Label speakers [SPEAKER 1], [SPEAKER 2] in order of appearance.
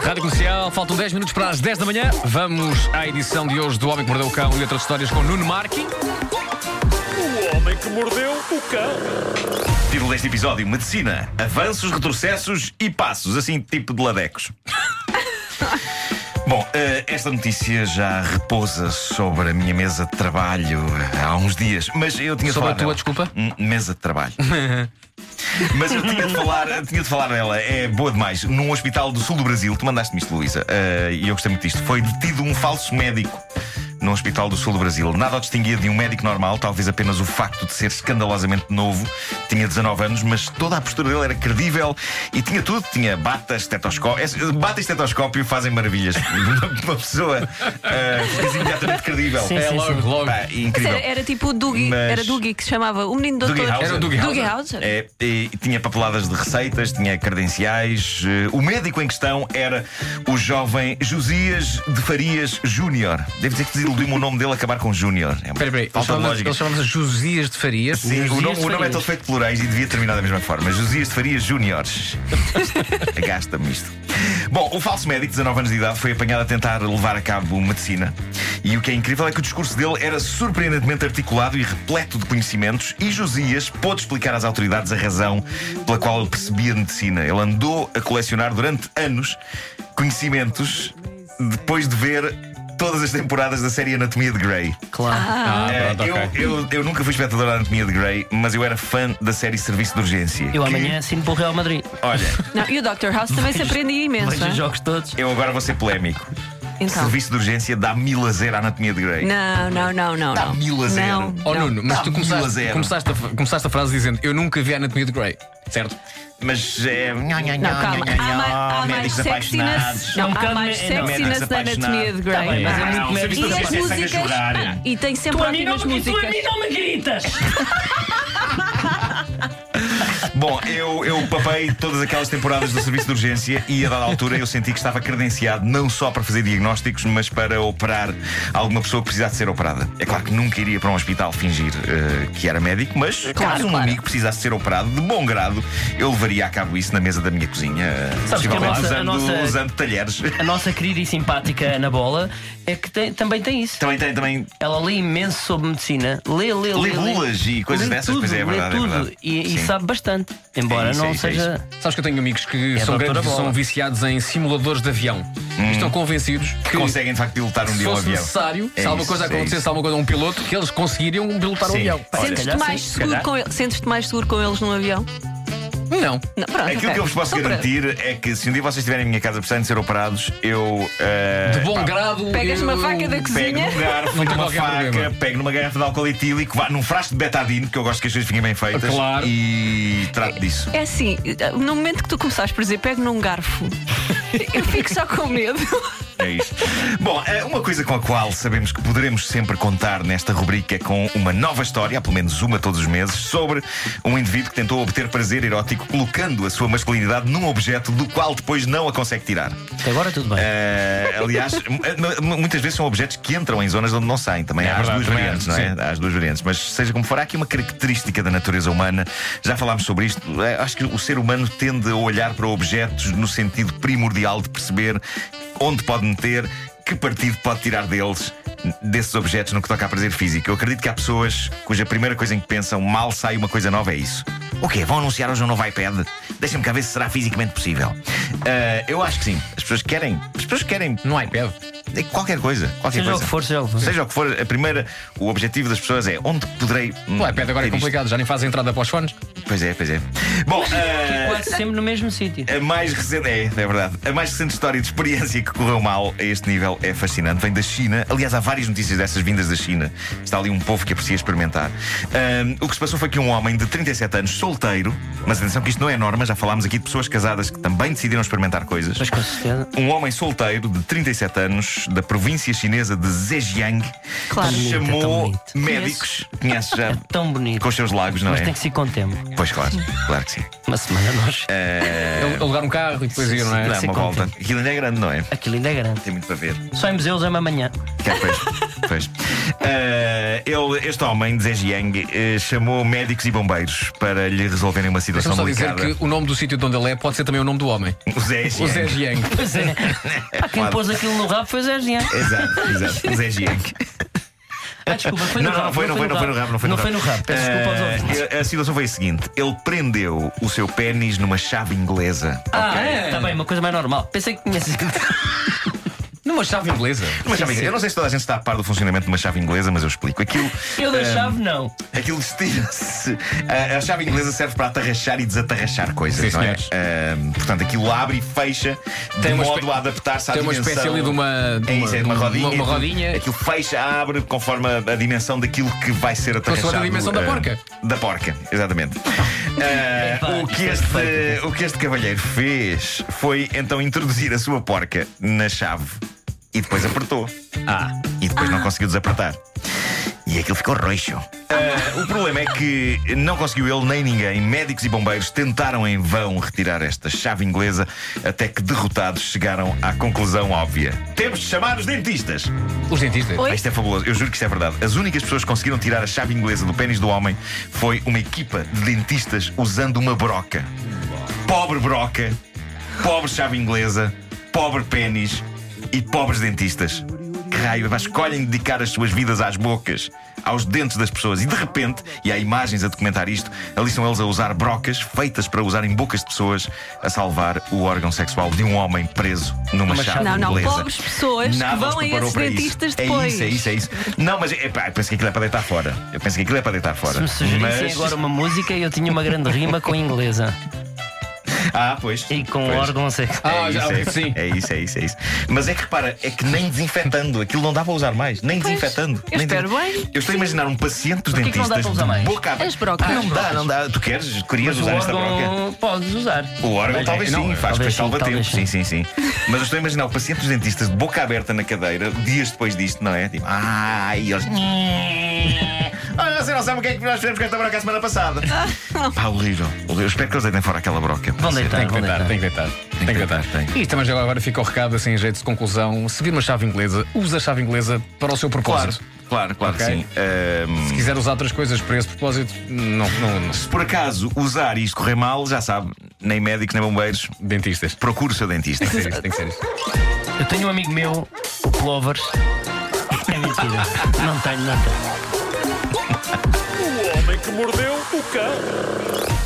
[SPEAKER 1] Rádio Comercial, faltam 10 minutos para as 10 da manhã. Vamos à edição de hoje do Homem que Mordeu o Cão e outras histórias com Nuno Marque.
[SPEAKER 2] O homem que mordeu o cão.
[SPEAKER 3] Título deste episódio: Medicina. Avanços, retrocessos e passos, assim, tipo de ladecos. Bom, eh, esta notícia já repousa sobre a minha mesa de trabalho há uns dias, mas eu tinha de
[SPEAKER 1] Sobre
[SPEAKER 3] falar
[SPEAKER 1] a tua,
[SPEAKER 3] nela.
[SPEAKER 1] desculpa?
[SPEAKER 3] Hum, Mesa de trabalho. mas eu tinha de falar, tinha de falar nela. É boa demais. Num hospital do sul do Brasil, tu mandaste-me isto, Luísa, eh, e eu gostei muito disto. Foi detido um falso médico. Num hospital do sul do Brasil. Nada o distinguia de um médico normal, talvez apenas o facto de ser escandalosamente novo. Tinha 19 anos, mas toda a postura dele era credível e tinha tudo. Tinha bata, estetoscópio. Esse- Bata e estetoscópio fazem maravilhas. Uma- Uma pessoa eh, fica imediatamente credível.
[SPEAKER 1] é logo, logo.
[SPEAKER 3] Pá,
[SPEAKER 4] Mas
[SPEAKER 3] incrível.
[SPEAKER 4] era, era tipo o Dougie,
[SPEAKER 3] Mas-
[SPEAKER 4] era Dougie que se chamava o menino doutor.
[SPEAKER 3] Dougie Hauser. Era o Dougie
[SPEAKER 4] Dougie
[SPEAKER 1] Hauser.
[SPEAKER 4] Hauser.
[SPEAKER 3] É, e tinha papeladas de receitas, tinha credenciais. eh, O médico em questão era o jovem Josias de Farias Júnior. Devo dizer que desiludiu-me o um nome dele acabar com Júnior. É uma
[SPEAKER 1] Espera, espera. Eles
[SPEAKER 3] falta de
[SPEAKER 1] chamam-
[SPEAKER 3] lógica.
[SPEAKER 1] Eles chamam-se Josias de Farias.
[SPEAKER 3] Sim, o nome,
[SPEAKER 1] Josias de
[SPEAKER 3] o nome é
[SPEAKER 1] Farias.
[SPEAKER 3] todo feito de plurais e devia terminar da mesma forma. Josias de Farias Júniores. Gasta-me isto. Bom, o falso médico, 19 anos de idade, foi apanhado a tentar levar a cabo medicina. E o que é incrível é que o discurso dele era surpreendentemente articulado e repleto de conhecimentos. E Josias pôde explicar às autoridades a razão pela qual ele percebia medicina. Ele andou a colecionar durante anos conhecimentos depois de ver todas as temporadas da série Anatomia de Grey.
[SPEAKER 1] Claro. Ah,
[SPEAKER 3] É,
[SPEAKER 1] pronto,
[SPEAKER 3] eu,
[SPEAKER 1] ok.
[SPEAKER 3] eu- eu nunca fui espectador da Anatomia de Grey, mas eu era fã da série Serviço de Urgência.
[SPEAKER 5] Eu
[SPEAKER 3] que,
[SPEAKER 5] amanhã assino para o Real Madrid.
[SPEAKER 3] Olha,
[SPEAKER 4] Não, e o Dr. House também se aprendia imenso.
[SPEAKER 5] Vejo os
[SPEAKER 4] hein?
[SPEAKER 5] jogos todos.
[SPEAKER 3] eu agora vou ser polémico.
[SPEAKER 4] Então.
[SPEAKER 3] Serviço de Urgência dá mil a zero à Anatomia de Grey.
[SPEAKER 4] Não, não, não, não.
[SPEAKER 3] Dá
[SPEAKER 4] não.
[SPEAKER 3] mil a zero.
[SPEAKER 4] Não.
[SPEAKER 1] Oh,
[SPEAKER 4] não.
[SPEAKER 1] Nuno, mas
[SPEAKER 3] Tá,
[SPEAKER 1] tu
[SPEAKER 3] mil a
[SPEAKER 1] começaste,
[SPEAKER 3] zero.
[SPEAKER 1] começaste, a, começaste a frase dizendo Eu nunca vi a Anatomia de Grey. Certo?
[SPEAKER 3] Mas é.
[SPEAKER 4] Não, calma. Há, mais- há mais
[SPEAKER 3] Médicos apaixonados.
[SPEAKER 4] sexiness. Não,
[SPEAKER 5] Um
[SPEAKER 4] há
[SPEAKER 5] bocado
[SPEAKER 4] mais
[SPEAKER 5] me-
[SPEAKER 4] sexiness
[SPEAKER 5] não.
[SPEAKER 3] Médicos
[SPEAKER 4] na anatomia de
[SPEAKER 3] apaixonados. Tá
[SPEAKER 4] Grey.
[SPEAKER 5] bem, mas é
[SPEAKER 4] Ah,
[SPEAKER 5] muito
[SPEAKER 3] não, o Serviço de
[SPEAKER 4] E as
[SPEAKER 3] Urgência é sangue a
[SPEAKER 4] músicas.
[SPEAKER 3] jorrar.
[SPEAKER 4] Ah, E tem sempre ótimas músicas.
[SPEAKER 5] não me gritas!
[SPEAKER 3] Bom, eu, eu papei todas aquelas temporadas do serviço de urgência e a dada altura eu senti que estava credenciado não só para fazer diagnósticos, mas para operar alguma pessoa que precisasse ser operada. É claro que nunca iria para um hospital fingir eh, que era médico, mas caso um
[SPEAKER 4] claro.
[SPEAKER 3] amigo precisasse ser operado de bom grado, eu levaria a cabo isso na mesa da minha cozinha, eh,
[SPEAKER 5] Sabes que a
[SPEAKER 3] possivelmente
[SPEAKER 5] nossa- a
[SPEAKER 3] usando,
[SPEAKER 5] nossa-
[SPEAKER 3] usando talheres.
[SPEAKER 5] A nossa querida e simpática Ana Bola é que tem- também tem isso.
[SPEAKER 3] Também tem, também.
[SPEAKER 5] Ela lê imenso sobre medicina. Lê, lê,
[SPEAKER 3] Lê
[SPEAKER 5] lê.
[SPEAKER 3] bulas e coisas
[SPEAKER 5] lê
[SPEAKER 3] dessas,
[SPEAKER 5] tudo,
[SPEAKER 3] pois é, é verdade, é
[SPEAKER 5] Lê tudo.
[SPEAKER 3] verdade.
[SPEAKER 5] E, e
[SPEAKER 3] Sim.
[SPEAKER 5] sabe bastante. Embora
[SPEAKER 3] É isso,
[SPEAKER 5] não
[SPEAKER 3] é isso, é
[SPEAKER 5] seja.
[SPEAKER 1] Sabes que eu tenho amigos que
[SPEAKER 5] É
[SPEAKER 1] são
[SPEAKER 5] a doutora
[SPEAKER 1] grandes,
[SPEAKER 5] Bola.
[SPEAKER 1] são viciados em simuladores de avião. E estão convencidos Hum. que,
[SPEAKER 3] Conseguem de facto pilotar um
[SPEAKER 1] se
[SPEAKER 3] dia um
[SPEAKER 1] fosse
[SPEAKER 3] avião.
[SPEAKER 1] necessário,
[SPEAKER 3] É
[SPEAKER 1] se alguma
[SPEAKER 3] isso,
[SPEAKER 1] coisa
[SPEAKER 3] é
[SPEAKER 1] acontecesse,
[SPEAKER 3] isso.
[SPEAKER 1] a alguma coisa a um piloto, que eles conseguiriam pilotar o
[SPEAKER 3] Sim.
[SPEAKER 1] um avião.
[SPEAKER 3] Olha,
[SPEAKER 4] Sentes-te
[SPEAKER 5] calhar
[SPEAKER 4] mais
[SPEAKER 5] sim, se
[SPEAKER 4] seguro
[SPEAKER 5] calhar.
[SPEAKER 4] com ele- Sentes-te mais seguro com eles num avião?
[SPEAKER 1] Não.
[SPEAKER 4] Não, pronto,
[SPEAKER 3] Aquilo
[SPEAKER 4] ok.
[SPEAKER 3] que eu vos posso
[SPEAKER 4] Só para-
[SPEAKER 3] garantir é que se um dia vocês estiverem em minha casa precisando de ser operados, eu. eh,
[SPEAKER 1] De bom
[SPEAKER 3] pá,
[SPEAKER 1] grado.
[SPEAKER 4] Pegas
[SPEAKER 1] eu-
[SPEAKER 4] uma faca da cozinha.
[SPEAKER 3] é Pego num garfo,
[SPEAKER 1] Não tem
[SPEAKER 3] numa
[SPEAKER 1] qualquer
[SPEAKER 3] faca,
[SPEAKER 1] problema.
[SPEAKER 3] pego numa garrafa de álcool etílico, vá num frasco de betadine, que eu gosto que as coisas fiquem bem feitas.
[SPEAKER 1] Claro.
[SPEAKER 3] E trato disso.
[SPEAKER 4] É assim, no momento que tu começaste por dizer pego num garfo, eu fico só com medo.
[SPEAKER 3] É isto. Bom, eh, uma coisa com a qual sabemos que poderemos sempre contar nesta rubrica é com uma nova história, há pelo menos uma todos os meses, sobre um indivíduo que tentou obter prazer erótico colocando a sua masculinidade num objeto do qual depois não a consegue tirar.
[SPEAKER 5] Até agora tudo bem.
[SPEAKER 3] Eh, aliás, m- m- muitas vezes são objetos que entram em zonas onde não saem. Também
[SPEAKER 1] É
[SPEAKER 3] há as
[SPEAKER 1] verdade,
[SPEAKER 3] duas
[SPEAKER 1] também
[SPEAKER 3] variantes,
[SPEAKER 1] há,
[SPEAKER 3] não é?
[SPEAKER 1] sim.
[SPEAKER 3] Há as duas variantes. Mas seja como for, há aqui uma característica da natureza humana. Já falámos sobre isto. Eh, Acho que o ser humano tende a olhar para objetos no sentido primordial de perceber onde pode meter, que partido pode tirar deles. n- Desses objetos no que toca a prazer físico. Eu acredito que há pessoas cuja primeira coisa em que pensam mal sai uma coisa nova é isso. O quê? Vão anunciar hoje um novo iPad? Deixa-me cá ver se será fisicamente possível. Eh, eu acho que sim. As pessoas querem. As pessoas querem
[SPEAKER 1] Num iPad.
[SPEAKER 3] é Qualquer coisa, qualquer
[SPEAKER 5] Seja
[SPEAKER 3] coisa.
[SPEAKER 5] o que for, seja o que for.
[SPEAKER 3] Seja o que for, a primeira, o objetivo das pessoas é onde poderei. hum,
[SPEAKER 1] O iPad agora é
[SPEAKER 3] ter isto?
[SPEAKER 1] complicado, já nem faz a entrada para os fones.
[SPEAKER 3] Pois é, pois é. Bom, eh,
[SPEAKER 5] Quase sempre no mesmo sítio.
[SPEAKER 3] a mais recente. É, é verdade. A mais recente história de experiência que correu mal a este nível é fascinante. Vem da China. Aliás, há várias notícias dessas vindas da China. Está ali um povo que aprecia experimentar. Ahm, o que se passou foi que um homem de 37 anos, solteiro, mas atenção que isto não é norma, já falámos aqui de pessoas casadas que também decidiram experimentar coisas.
[SPEAKER 5] Mas com certeza.
[SPEAKER 3] Um homem solteiro de 37 anos da província chinesa de Zhejiang
[SPEAKER 4] Claro.
[SPEAKER 5] Bonito, é tão
[SPEAKER 3] chamou
[SPEAKER 5] bonito.
[SPEAKER 3] médicos, conhece já,
[SPEAKER 5] é Tão bonito.
[SPEAKER 3] com os seus lagos, não
[SPEAKER 5] Mas
[SPEAKER 3] é?
[SPEAKER 5] tem que ser com tempo.
[SPEAKER 3] Pois claro, claro que sim.
[SPEAKER 5] Uma semana nós.
[SPEAKER 1] É Alugar um carro e depois ir, não é?
[SPEAKER 3] Dá
[SPEAKER 5] sim,
[SPEAKER 3] uma
[SPEAKER 5] como
[SPEAKER 3] volta. Aquilo ainda é grande, não é?
[SPEAKER 5] Aquilo ainda é grande.
[SPEAKER 3] Tem muito para ver.
[SPEAKER 5] Só em museus é uma manhã.
[SPEAKER 3] Cá, pois, pois. Eh, ele, este homem, Zé Jiang, eh, chamou médicos e bombeiros para lhe resolverem uma situação
[SPEAKER 1] Deixa-me só dizer
[SPEAKER 3] delicada.
[SPEAKER 1] que o nome do sítio de onde ele é pode ser também o nome do homem.
[SPEAKER 3] O Zé
[SPEAKER 1] O
[SPEAKER 3] Jiang.
[SPEAKER 1] Zé Jiang.
[SPEAKER 5] Pois é. Há quem
[SPEAKER 3] Claro.
[SPEAKER 5] pôs aquilo no rabo foi Zé Giang.
[SPEAKER 3] Exato, exato. O Zé Jiang.
[SPEAKER 5] Ah, desculpa, foi no
[SPEAKER 3] Não,
[SPEAKER 5] rabo.
[SPEAKER 3] não, não foi, não foi, não foi no rabo, não foi no
[SPEAKER 5] Não foi no rabo. Peço desculpa aos
[SPEAKER 3] Eh,
[SPEAKER 5] ouvintes.
[SPEAKER 3] A situação foi a seguinte: ele prendeu o seu pênis numa chave inglesa.
[SPEAKER 5] Ah,
[SPEAKER 1] Ok.
[SPEAKER 5] é? Tá bem, uma coisa mais normal. Pensei que tinha sido.
[SPEAKER 1] Numa chave inglesa.
[SPEAKER 3] Uma chave inglesa. Eu não sei se toda a gente está a par do funcionamento de uma chave inglesa, mas eu explico. Aquilo,
[SPEAKER 5] Eu da
[SPEAKER 3] eh,
[SPEAKER 5] chave, não.
[SPEAKER 3] Aquilo estira-se. Ah, A, a chave inglesa serve para atarrachar e desatarrachar coisas,
[SPEAKER 1] Sim,
[SPEAKER 3] não é?
[SPEAKER 1] senhores.
[SPEAKER 3] Ahm, portanto, aquilo abre e fecha
[SPEAKER 1] Tem
[SPEAKER 3] de
[SPEAKER 1] uma
[SPEAKER 3] modo
[SPEAKER 1] espé-
[SPEAKER 3] a adaptar-se à
[SPEAKER 1] Tem uma
[SPEAKER 3] dimensão.
[SPEAKER 1] espécie ali de uma. de
[SPEAKER 3] É isso, é de uma rodinha.
[SPEAKER 1] Uma, rodinha.
[SPEAKER 3] Aquilo fecha, abre conforme a, a dimensão daquilo que vai ser atarrachado.
[SPEAKER 1] Consoante a dimensão da
[SPEAKER 3] ah,
[SPEAKER 1] porca.
[SPEAKER 3] da porca, exatamente. Ah,
[SPEAKER 5] Epá,
[SPEAKER 3] o, que
[SPEAKER 5] isto é
[SPEAKER 3] este,
[SPEAKER 5] perfeito.
[SPEAKER 3] o que este cavalheiro fez foi então introduzir a sua porca na chave e depois apertou. Ah. E depois não conseguiu desapertar. E aquilo ficou roxo. Ah, o problema é que não conseguiu ele nem ninguém. Médicos e bombeiros tentaram em vão retirar esta chave inglesa, até que derrotados chegaram à conclusão óbvia: temos de chamar os dentistas.
[SPEAKER 1] Os dentistas.
[SPEAKER 4] Oi?
[SPEAKER 3] Ah, Isto é fabuloso, eu juro que isto é verdade. As únicas pessoas que conseguiram tirar a chave inglesa do pênis do homem foi uma equipa de dentistas usando uma broca. Pobre broca, pobre chave inglesa, pobre pênis e pobres dentistas. Que raio, mas escolhem dedicar as suas vidas às bocas, aos dentes das pessoas. E de repente, e há imagens a documentar isto, ali são eles a usar brocas feitas para usar em bocas de pessoas a salvar o órgão sexual de um homem preso numa
[SPEAKER 5] Numa
[SPEAKER 3] chave
[SPEAKER 5] chave.
[SPEAKER 4] Não, não,
[SPEAKER 3] inglesa.
[SPEAKER 4] pobres pessoas que
[SPEAKER 3] é Nada
[SPEAKER 4] vão
[SPEAKER 3] os
[SPEAKER 4] a
[SPEAKER 3] preparou
[SPEAKER 4] esses
[SPEAKER 3] para
[SPEAKER 4] dentistas
[SPEAKER 3] isso.
[SPEAKER 4] depois.
[SPEAKER 3] É isso, é isso, é isso. Não, mas epá, eu penso que aquilo é para deitar fora. Eu penso que aquilo é para deitar fora.
[SPEAKER 5] Se me sugerissem
[SPEAKER 3] Mas-
[SPEAKER 5] agora uma música, eu tinha uma grande rima com inglesa.
[SPEAKER 3] Ah, pois.
[SPEAKER 5] E com um
[SPEAKER 3] Pois.
[SPEAKER 5] órgão sexual.
[SPEAKER 1] Ah,
[SPEAKER 3] É
[SPEAKER 1] já,
[SPEAKER 3] isso, é, isso,
[SPEAKER 1] sim.
[SPEAKER 3] é isso, é isso, é isso. Mas é que repara, é que nem desinfetando, aquilo não dá para usar mais. Nem
[SPEAKER 4] Pois,
[SPEAKER 3] desinfetando.
[SPEAKER 4] eu
[SPEAKER 3] nem
[SPEAKER 4] espero
[SPEAKER 3] desin-
[SPEAKER 4] bem.
[SPEAKER 3] Eu estou a imaginar um paciente dos
[SPEAKER 5] que é que não
[SPEAKER 3] dentistas.
[SPEAKER 5] dá para usar
[SPEAKER 3] de
[SPEAKER 5] mais?
[SPEAKER 3] boca a-
[SPEAKER 4] As brocas.
[SPEAKER 3] Ah, não dá, não dá. Tu queres? Querias
[SPEAKER 5] Mas o
[SPEAKER 3] usar esta broca?
[SPEAKER 5] Um órgão podes usar.
[SPEAKER 3] O órgão
[SPEAKER 5] Olha,
[SPEAKER 3] talvez
[SPEAKER 5] é não,
[SPEAKER 3] sim, faz
[SPEAKER 5] talvez
[SPEAKER 3] depois
[SPEAKER 5] sim,
[SPEAKER 3] salva tempo.
[SPEAKER 5] talvez
[SPEAKER 3] Sim, sim, sim. Mas eu estou a imaginar o paciente dos dentistas de boca aberta na cadeira, dias depois disto, não é? Tipo, ai, eles. Olha, você não sabe o que é que nós fizemos com esta broca a semana passada. Pá, horrível. Eu espero que eles deitem fora aquela broca.
[SPEAKER 5] Vão deitar,
[SPEAKER 1] Tem que
[SPEAKER 5] vão
[SPEAKER 1] deitar,
[SPEAKER 5] deitar.
[SPEAKER 1] tem que deitar. Tem que deitar.
[SPEAKER 3] tem.
[SPEAKER 1] E isto também já agora fica o recado assim em jeito de conclusão. Se vir uma chave inglesa, usa a chave inglesa para o seu
[SPEAKER 3] Claro,
[SPEAKER 1] propósito.
[SPEAKER 3] claro, claro
[SPEAKER 1] Ok.
[SPEAKER 3] que sim. Ahm,
[SPEAKER 1] Se quiser usar outras coisas para esse propósito, não, não, não.
[SPEAKER 3] se por acaso usar e isto correr mal, já sabe, nem médicos nem bombeiros,
[SPEAKER 1] Dentistas.
[SPEAKER 3] procure o seu dentista.
[SPEAKER 1] Tem que ser isto, É tem que ser isto.
[SPEAKER 5] Eu tenho um amigo meu, o Plovers. É mentira. não tenho, não tenho.
[SPEAKER 2] O homem que mordeu o cão.